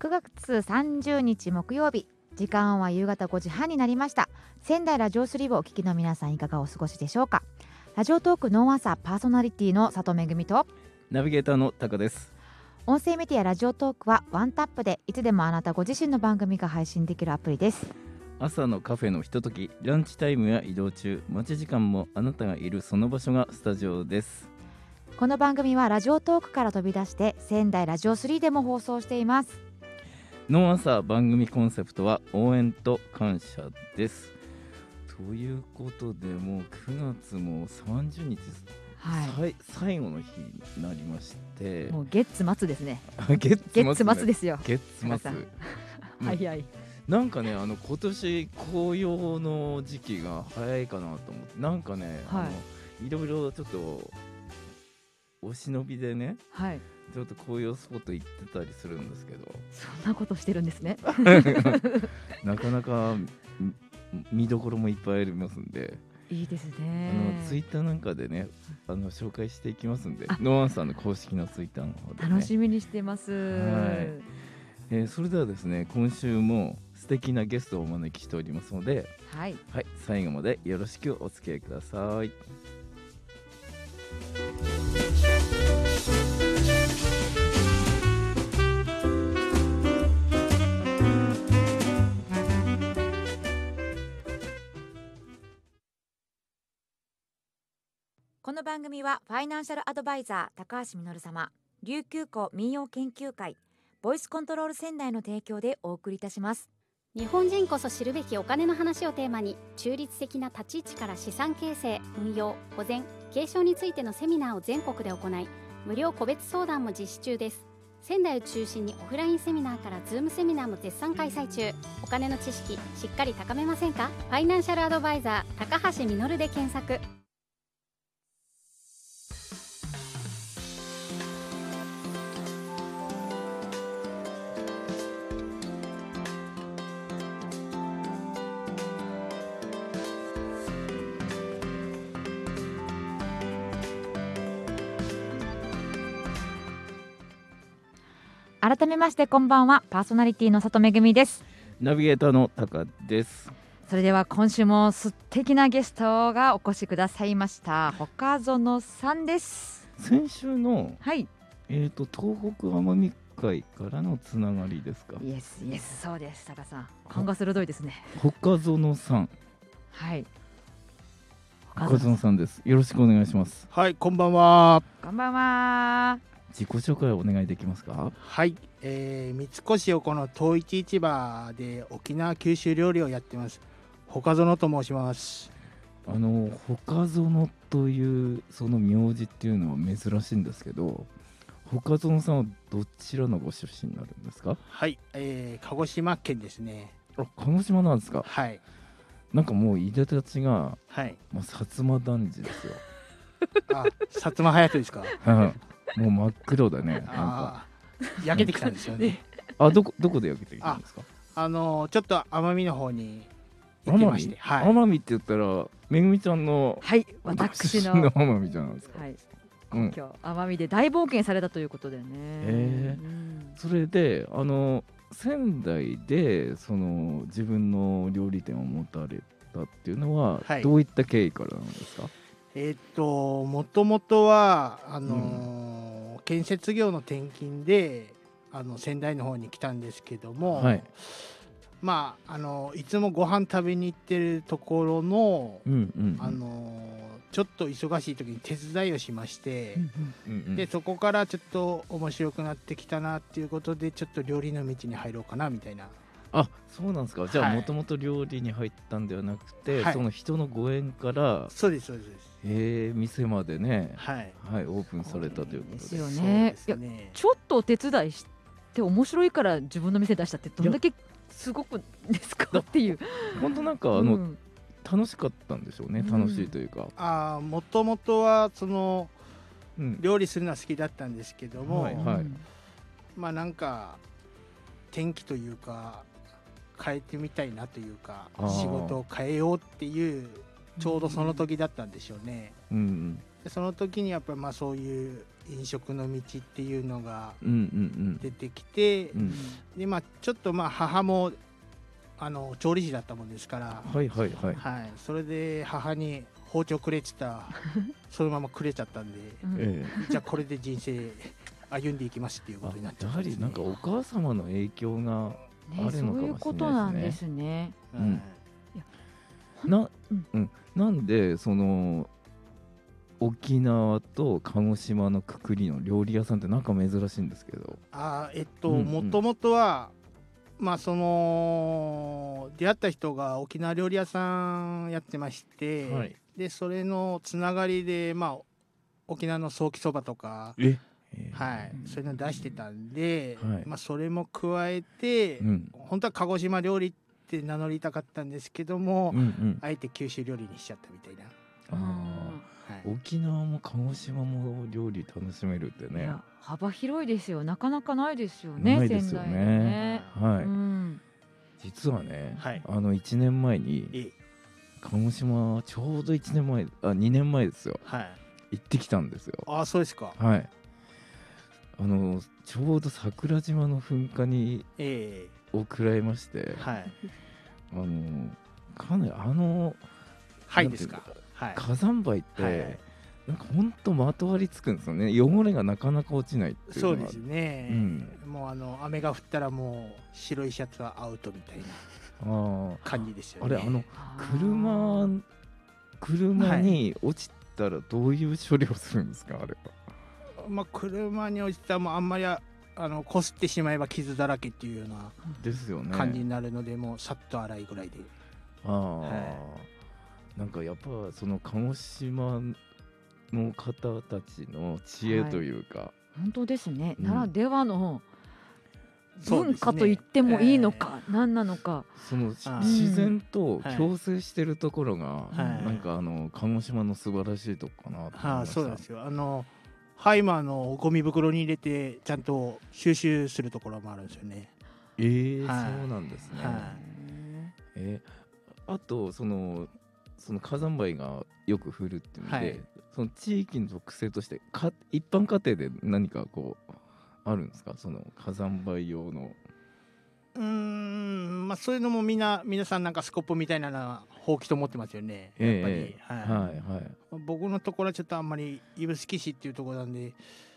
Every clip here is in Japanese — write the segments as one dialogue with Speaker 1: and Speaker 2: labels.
Speaker 1: 月30日木曜日時間は夕方5時半になりました仙台ラジオスリーをお聞きの皆さんいかがお過ごしでしょうかラジオトークノンアサーパーソナリティの佐藤めぐみと
Speaker 2: ナビゲーターのタカです。
Speaker 1: 音声メディアラジオトークはワンタップでいつでもあなたご自身の番組が配信できるアプリです
Speaker 2: 朝のカフェのひととき、ランチタイムや移動中、待ち時間もあなたがいるその場所がスタジオです。
Speaker 1: この番組はラジオトークから飛び出して仙台ラジオ3でも放送しています
Speaker 2: ノンアサー番組コンセプトは応援と感謝です。ということで、もう9月も30日、
Speaker 1: は
Speaker 2: さい最後の日になりまして
Speaker 1: い。、もう月末ですね
Speaker 2: あ月。
Speaker 1: 月末ですすよ
Speaker 2: 月
Speaker 1: 高
Speaker 2: 末
Speaker 1: さん。
Speaker 2: うん
Speaker 1: 早い
Speaker 2: なんかね、あの今年紅葉の時期が早いかなと思って、なんかね、
Speaker 1: はい
Speaker 2: あのいろいろちょっとお忍びでね、
Speaker 1: はい
Speaker 2: ちょっと紅葉スポット行ってたりするんですけ ど、
Speaker 1: そんなことしてるんです ね
Speaker 2: なかなかみ見どころもいっぱいありますんで、
Speaker 1: いいです
Speaker 2: あ
Speaker 1: ね
Speaker 2: のツイッターなんかでね、あの紹介していきますんで、ノアンさんの公式のツイッターの方で、ね、
Speaker 1: 楽しみにしてます、
Speaker 2: はえーそれではですね、今週も素敵なゲストをお招きしておりますので、
Speaker 1: はい
Speaker 2: はい、最後までよろしくお付き合いください。
Speaker 1: この番組はファイナンシャルアドバイザー高橋実様琉球港民謡研究会ボイスコントロール仙台の提供でお送りいたします
Speaker 3: 日本人こそ知るべきお金の話をテーマに中立的な立ち位置から資産形成運用保全継承についてのセミナーを全国で行い無料個別相談も実施中です仙台を中心にオフラインセミナーからズームセミナーも絶賛開催中お金の知識しっかり高めませんかファイナンシャルアドバイザー高橋実で検索
Speaker 1: 改めましてこんばんはパーソナリティの里めぐみです
Speaker 2: ナビゲーターのタカです。
Speaker 1: それでは今週も素敵なゲストがお越しくださいました岡園さんです
Speaker 2: 先週の
Speaker 1: はい
Speaker 2: えっ、と東北奄美海からのつながりですか。
Speaker 1: イエスイエスそうです高さん勘が鋭いですね
Speaker 2: 岡園さん、
Speaker 1: はい岡園
Speaker 2: 岡
Speaker 1: さん
Speaker 2: 園さんです。よろしくお願いします。
Speaker 4: はい、こんばんは。
Speaker 1: こんばんは
Speaker 2: 自己紹介をお願いできますか。
Speaker 4: はい、えー、三越横の東一市場で沖縄九州料理をやってます。岡園と申します。
Speaker 2: あの岡園というその名字っていうのは珍しいんですけど、岡園さんはどちらのご出身になるんですか。
Speaker 4: はい、えー、鹿児島県ですね。
Speaker 2: あ鹿児島なんですか。
Speaker 4: はい、
Speaker 2: なんかもういでたちが
Speaker 4: はい。
Speaker 2: もう薩摩男児ですよ。
Speaker 4: あ、薩摩隼人です か。
Speaker 2: はいもう真っ黒だね。なんか
Speaker 4: あー、焼けてきたんですよね。
Speaker 2: あどこどこで焼けてきたんですか。
Speaker 4: あのー、ちょっと奄美の方に行きまして、はい。
Speaker 2: 奄美って言ったらめぐみちゃんの
Speaker 1: はい私
Speaker 2: ご出身
Speaker 1: の
Speaker 2: 奄美じゃないですか、
Speaker 1: はい
Speaker 2: うん、
Speaker 1: 今日奄美で大冒険されたということだよね。
Speaker 2: え
Speaker 1: うん
Speaker 2: それであの仙台でその自分の料理店を持たれたっていうのは、
Speaker 4: はい
Speaker 2: どういった経緯からなんですか
Speaker 4: えーっと、もともとは、あのー建設業の転勤で。あの仙台の方に来たんですけども、
Speaker 2: はい、
Speaker 4: まあ、あのいつもご飯食べに行ってるところの,、
Speaker 2: うんうん
Speaker 4: あのちょっと忙しい時に手伝いをしまして、
Speaker 2: うんうん
Speaker 4: でそこからちょっと面白くなってきたなっていうことでちょっと料理の道に入ろうかなみたいな
Speaker 2: あそうなんですかじゃあ
Speaker 4: はい
Speaker 2: もともと料理に入ったんではなくて、
Speaker 4: はい
Speaker 2: その人のご縁から、
Speaker 4: そうですそうですそうです
Speaker 2: えー店までね、
Speaker 4: はい
Speaker 2: はい、オープンされたというこ
Speaker 1: で
Speaker 2: とですす
Speaker 1: よね
Speaker 4: そうですね
Speaker 1: ちょっとお手伝いして面白いから自分の店出したってどんだけすごくですかっていう。
Speaker 2: 本当なんかあ
Speaker 1: う
Speaker 2: の、
Speaker 1: ん
Speaker 2: 楽しかったんでしょうね
Speaker 1: うん
Speaker 2: 楽しいというか、
Speaker 4: あもともとはその
Speaker 2: うん
Speaker 4: 料理するのは好きだったんですけども、
Speaker 2: はいはい
Speaker 4: まあなんか天気というか変えてみたいなというか
Speaker 2: あー
Speaker 4: 仕事を変えようっていうちょうどその時だったんでしょうね。
Speaker 2: うん
Speaker 4: でその時にやっぱりまあそういう飲食の道っていうのが
Speaker 2: うんうん
Speaker 4: 出てきて、
Speaker 2: うんうん
Speaker 4: でまあちょっとまあ母もあの調理師だったもんですから、
Speaker 2: はいはいはい
Speaker 4: はい、それで母に包丁くれって 言ったらそのままくれちゃったんで
Speaker 1: うん
Speaker 2: ええ
Speaker 4: じゃあこれで人生歩んでいきますっていうこ
Speaker 2: あ
Speaker 4: とになっち
Speaker 2: や
Speaker 4: ゃった
Speaker 2: はりなんかお母様の影響が
Speaker 1: ね
Speaker 2: ある
Speaker 1: そう
Speaker 2: のかもしれないです
Speaker 1: い
Speaker 2: ね
Speaker 1: うことなんですね。
Speaker 4: う
Speaker 2: うん
Speaker 4: ん
Speaker 2: な
Speaker 1: うん、
Speaker 2: うん、なんでその沖縄と鹿児島のくくりの料理屋さんってなんか珍しいんですけど、
Speaker 4: あーえっと
Speaker 2: うんうん
Speaker 4: もともとはまあその出会った人が沖縄料理屋さんやってまして、
Speaker 2: はい
Speaker 4: でそれのつながりでまあ沖縄のソーキそばとか、
Speaker 2: え
Speaker 4: はい、そういうの出してたんで、
Speaker 2: はい
Speaker 4: まあ、それも加えて、
Speaker 2: うん
Speaker 4: 本当は鹿児島料理って名乗りたかったんですけども、
Speaker 2: うんう ん
Speaker 4: あえて九州料理にしちゃったみたいな、
Speaker 2: あ
Speaker 4: はい
Speaker 2: ー沖縄も鹿児島も料理楽しめるって
Speaker 1: い
Speaker 2: ね
Speaker 1: や幅広いですよ。なかなかないですよね。
Speaker 2: ないですよね
Speaker 1: 仙台でね。
Speaker 2: は
Speaker 1: う
Speaker 2: い
Speaker 1: ん。
Speaker 2: 実はね、
Speaker 4: はい
Speaker 2: あの1年前に
Speaker 4: ええ
Speaker 2: 鹿児島ちょうど1年前あ2年前ですよ
Speaker 4: はい、
Speaker 2: 行ってきたんですよ
Speaker 4: ああそうですか、
Speaker 2: はいあのちょうど桜島の噴火に
Speaker 4: え
Speaker 2: を食らいまして
Speaker 4: えはい
Speaker 2: あのかなりあの
Speaker 4: はいですかはい
Speaker 2: 火山灰って、
Speaker 4: はい
Speaker 2: なんかほんとまとわりつくんですよね汚れがなかなか落ちないっていう
Speaker 4: そ
Speaker 2: の
Speaker 4: う
Speaker 2: が
Speaker 4: ですね、
Speaker 2: うん
Speaker 4: もうあの雨が降ったらもう白いシャツはアウトみたいな
Speaker 2: あー
Speaker 4: 感じですよ
Speaker 2: あ
Speaker 4: ね
Speaker 2: れあの車車に落ちたらどういう処理をするんですかあれは
Speaker 4: まあ、車に落ちたらもうあんまりああの擦ってしまえば傷だらけっていうような
Speaker 2: ですよね
Speaker 4: 感じになるので、もうさっと洗いぐらいで
Speaker 2: ああ、
Speaker 4: は
Speaker 2: なんかやっぱその鹿児島の方たちの知恵というか、
Speaker 1: 本当ですね。
Speaker 2: うん
Speaker 1: ならではの
Speaker 4: そう
Speaker 1: 文
Speaker 4: ですね
Speaker 1: 化と言ってもいいのか、何なのか。
Speaker 2: そのし
Speaker 4: あー
Speaker 2: 自然と
Speaker 4: はい
Speaker 2: 共生してるところが、
Speaker 4: はい
Speaker 2: なんかあの鹿児島の素晴らしいとこかなと思いました、
Speaker 4: はあ、そうなんですよあのハイマーのゴミ袋に入れてちゃんと収集するところもあるんですよね
Speaker 2: えー
Speaker 4: はい
Speaker 2: そうなんですね、
Speaker 4: はい
Speaker 2: えーあとそのその火山灰がよく降るっていうので、
Speaker 4: はい
Speaker 2: その地域の特性としてか一般家庭で何かこうあるんですかその火山灰用の
Speaker 4: うーんまあそういうのもみんな皆さんなんかスコップみたいなのはほうきと思ってますよねやっぱり
Speaker 2: え、え
Speaker 4: はい
Speaker 2: はいはい
Speaker 4: 僕のところはちょっとあんまり指宿市っていうところなんで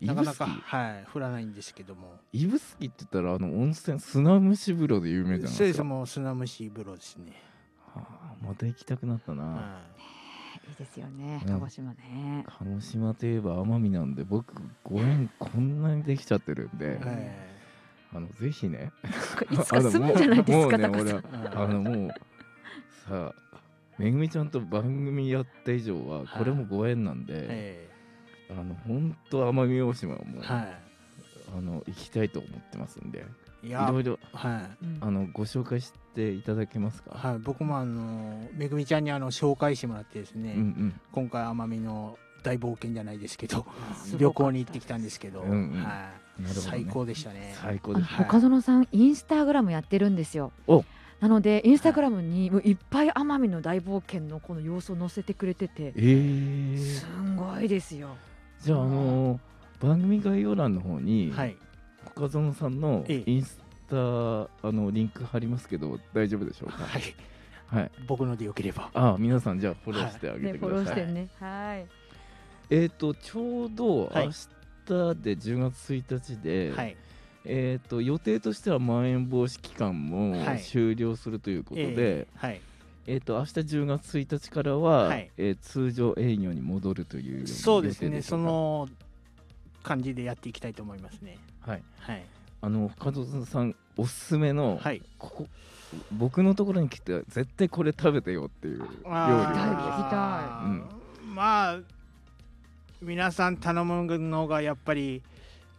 Speaker 2: 指
Speaker 4: な
Speaker 2: 宿
Speaker 4: かなかはい降らないんですけども
Speaker 2: 指宿って言ったらあの温泉砂蒸し風呂で有名じゃない
Speaker 4: そ
Speaker 2: で
Speaker 4: うですす
Speaker 2: か
Speaker 4: もう砂蒸し風呂ですね、
Speaker 2: あーまた行きたくなったな、
Speaker 4: はい
Speaker 1: いいですよね。
Speaker 2: うん
Speaker 1: 鹿児島ね。
Speaker 2: 鹿児島といえば奄美なんで僕ご縁こんなにできちゃってるんで、
Speaker 4: はい
Speaker 2: あのぜひね
Speaker 1: いつか住むんじゃないですか、
Speaker 2: あの
Speaker 1: 高さ
Speaker 2: もうもうね俺
Speaker 1: ん。
Speaker 2: はあのもうさあめぐみちゃんと番組やった以上はこれもご縁なんで、
Speaker 4: え
Speaker 2: あの本当奄美大島はも
Speaker 4: え
Speaker 2: う、
Speaker 4: は
Speaker 2: あの行きたいと思ってますんで
Speaker 4: いい
Speaker 2: い
Speaker 4: や
Speaker 2: ろいろ
Speaker 4: はい
Speaker 1: うん
Speaker 2: あのご紹介していただけますか、
Speaker 4: はい、僕もあのめぐみちゃんにあの紹介してもらってですね、
Speaker 2: うん
Speaker 4: 今回奄美の大冒険じゃないですけど
Speaker 1: すごかった
Speaker 4: 旅行に行ってきたんですけど、
Speaker 2: うんうん
Speaker 4: は
Speaker 2: うん
Speaker 4: い、
Speaker 2: なるほどね
Speaker 4: 最高でしたね。
Speaker 2: 最高
Speaker 1: あ
Speaker 2: で
Speaker 1: の
Speaker 2: す
Speaker 4: はい
Speaker 1: 岡園さんインスタグラムやってるんですよ
Speaker 2: お。
Speaker 1: なのでインスタグラムにもういっぱい奄美の大冒険のこの様子を載せてくれてて
Speaker 2: えー
Speaker 1: す、んごいですよ。
Speaker 2: じゃああの番組概要欄の方に、
Speaker 4: はい、
Speaker 2: 岡園さんの
Speaker 4: ええ
Speaker 2: インスタあのリンク貼りますけど大丈夫でしょうか
Speaker 4: はい、
Speaker 2: はい
Speaker 4: 僕のでよければ。
Speaker 2: あ皆さんじゃあフォローしてあげ
Speaker 1: ね
Speaker 2: て
Speaker 1: フォ
Speaker 2: く
Speaker 1: ロ
Speaker 2: だ
Speaker 1: ー
Speaker 2: さ
Speaker 1: し
Speaker 2: い、
Speaker 1: てね。はい。
Speaker 2: えっ、とちょうど明
Speaker 4: はい
Speaker 2: 日で10月1日で、
Speaker 4: はい、
Speaker 2: えっ、と予定としてはまん延防止期間も
Speaker 4: はい
Speaker 2: 終了するということで、
Speaker 4: ええはい、
Speaker 2: えっ、と明日10月1日からは、
Speaker 4: はい
Speaker 2: えー通常営業に戻るというような
Speaker 4: そうです
Speaker 2: 予定
Speaker 4: ね、
Speaker 2: しょ
Speaker 4: そ
Speaker 2: か
Speaker 4: の感じでやっていきたいと思いますね。
Speaker 2: はい
Speaker 4: はい、
Speaker 2: あの加藤さんおすすめの、
Speaker 4: はい、
Speaker 2: ここ僕のところに来て絶対これ食べてよっていう料理があ
Speaker 4: あー
Speaker 2: 料理を
Speaker 4: まあ、皆さん頼むのがやっぱり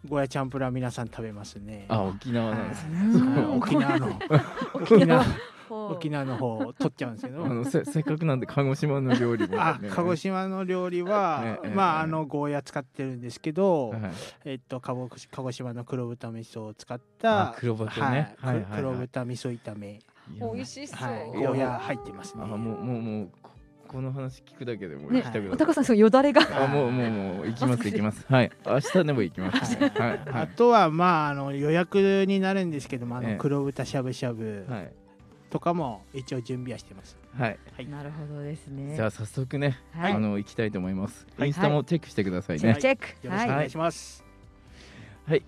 Speaker 4: ゴヤチャンプラー皆さん食べますね。
Speaker 2: りますあ沖縄なんですね、
Speaker 4: はい沖縄の 沖縄沖縄の方を取っちゃうんです けど
Speaker 2: あのせせっかくなんで鹿児島の料理も、ね、
Speaker 4: あ鹿児島の料理は、
Speaker 2: ええ
Speaker 4: ま
Speaker 2: え
Speaker 4: あ
Speaker 2: え
Speaker 4: あのゴーヤ使ってるんですけど、
Speaker 2: はい
Speaker 4: えっと鹿児鹿児島の黒豚味噌を使っ
Speaker 2: あ
Speaker 4: た
Speaker 2: 黒豚ね
Speaker 4: はい
Speaker 2: はいはいはい
Speaker 4: 黒豚味噌炒め、
Speaker 1: 美味しそう。
Speaker 4: はい、
Speaker 2: いや
Speaker 4: ゴーヤ入ってますね
Speaker 2: あもうもうもうここの話聞くだけでも
Speaker 1: ね
Speaker 2: 行きたくな
Speaker 1: お
Speaker 2: った
Speaker 1: かさんそのよだれが
Speaker 2: た。あもうもうもう行きます行きます。はい。明日でも行きます。はいは
Speaker 4: あとはまああの予約になるんですけどもあ
Speaker 2: ええ
Speaker 4: の黒豚しゃぶしゃぶ
Speaker 2: いはい
Speaker 4: とかも一応準備はしてます。
Speaker 2: はい。
Speaker 4: はい
Speaker 1: なるほどですね
Speaker 2: じゃあ早速ね、
Speaker 1: はい
Speaker 2: あの行きたいと思います。
Speaker 4: はい
Speaker 2: インスタもチェックしてください
Speaker 1: チ
Speaker 2: ね。
Speaker 1: ェ
Speaker 2: は
Speaker 1: ッ
Speaker 2: い
Speaker 1: ク、チェック
Speaker 4: よろしくお
Speaker 1: は
Speaker 4: 願
Speaker 1: い
Speaker 4: いします。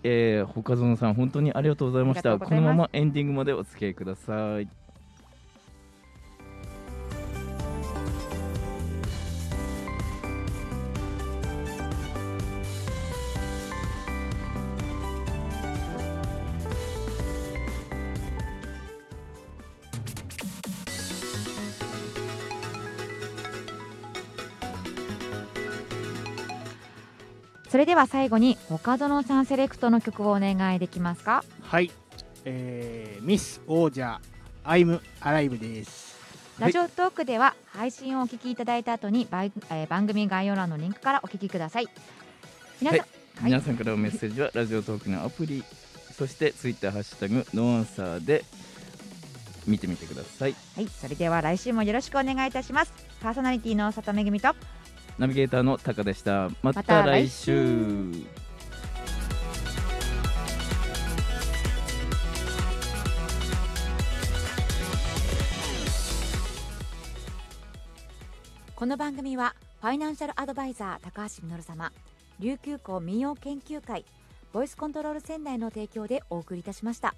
Speaker 2: えー、ほかぞのさん本当にありがとうございまし
Speaker 1: あ
Speaker 2: た。
Speaker 1: りがとうご
Speaker 2: こ
Speaker 1: ざい
Speaker 2: の
Speaker 1: ます
Speaker 2: ままエンディングまでお付き合いください。
Speaker 1: それでは最後に岡園さんセレクトの曲をお願いできますか
Speaker 4: はい、えーミス王者アイムアライブです。
Speaker 1: ラジオトークでは配信をお聞きいただいた後に番,、えー番組概要欄のリンクからお聞きください皆さん、
Speaker 2: は皆さんからのメッセージはラジオトークのアプリ そしてツイッターハッシュタグノーアンサーで見てみてください
Speaker 1: はい、それでは来週もよろしくお願いいたしますパーソナリティの里めぐみと
Speaker 2: ナビゲーターのタカでしたま
Speaker 1: また
Speaker 2: た
Speaker 1: 来
Speaker 2: 来
Speaker 1: 週
Speaker 2: 週
Speaker 1: この番組はファイナンシャルアドバイザー高橋実様琉球港民謡研究会ボイスコントロール仙台の提供でお送りいたしました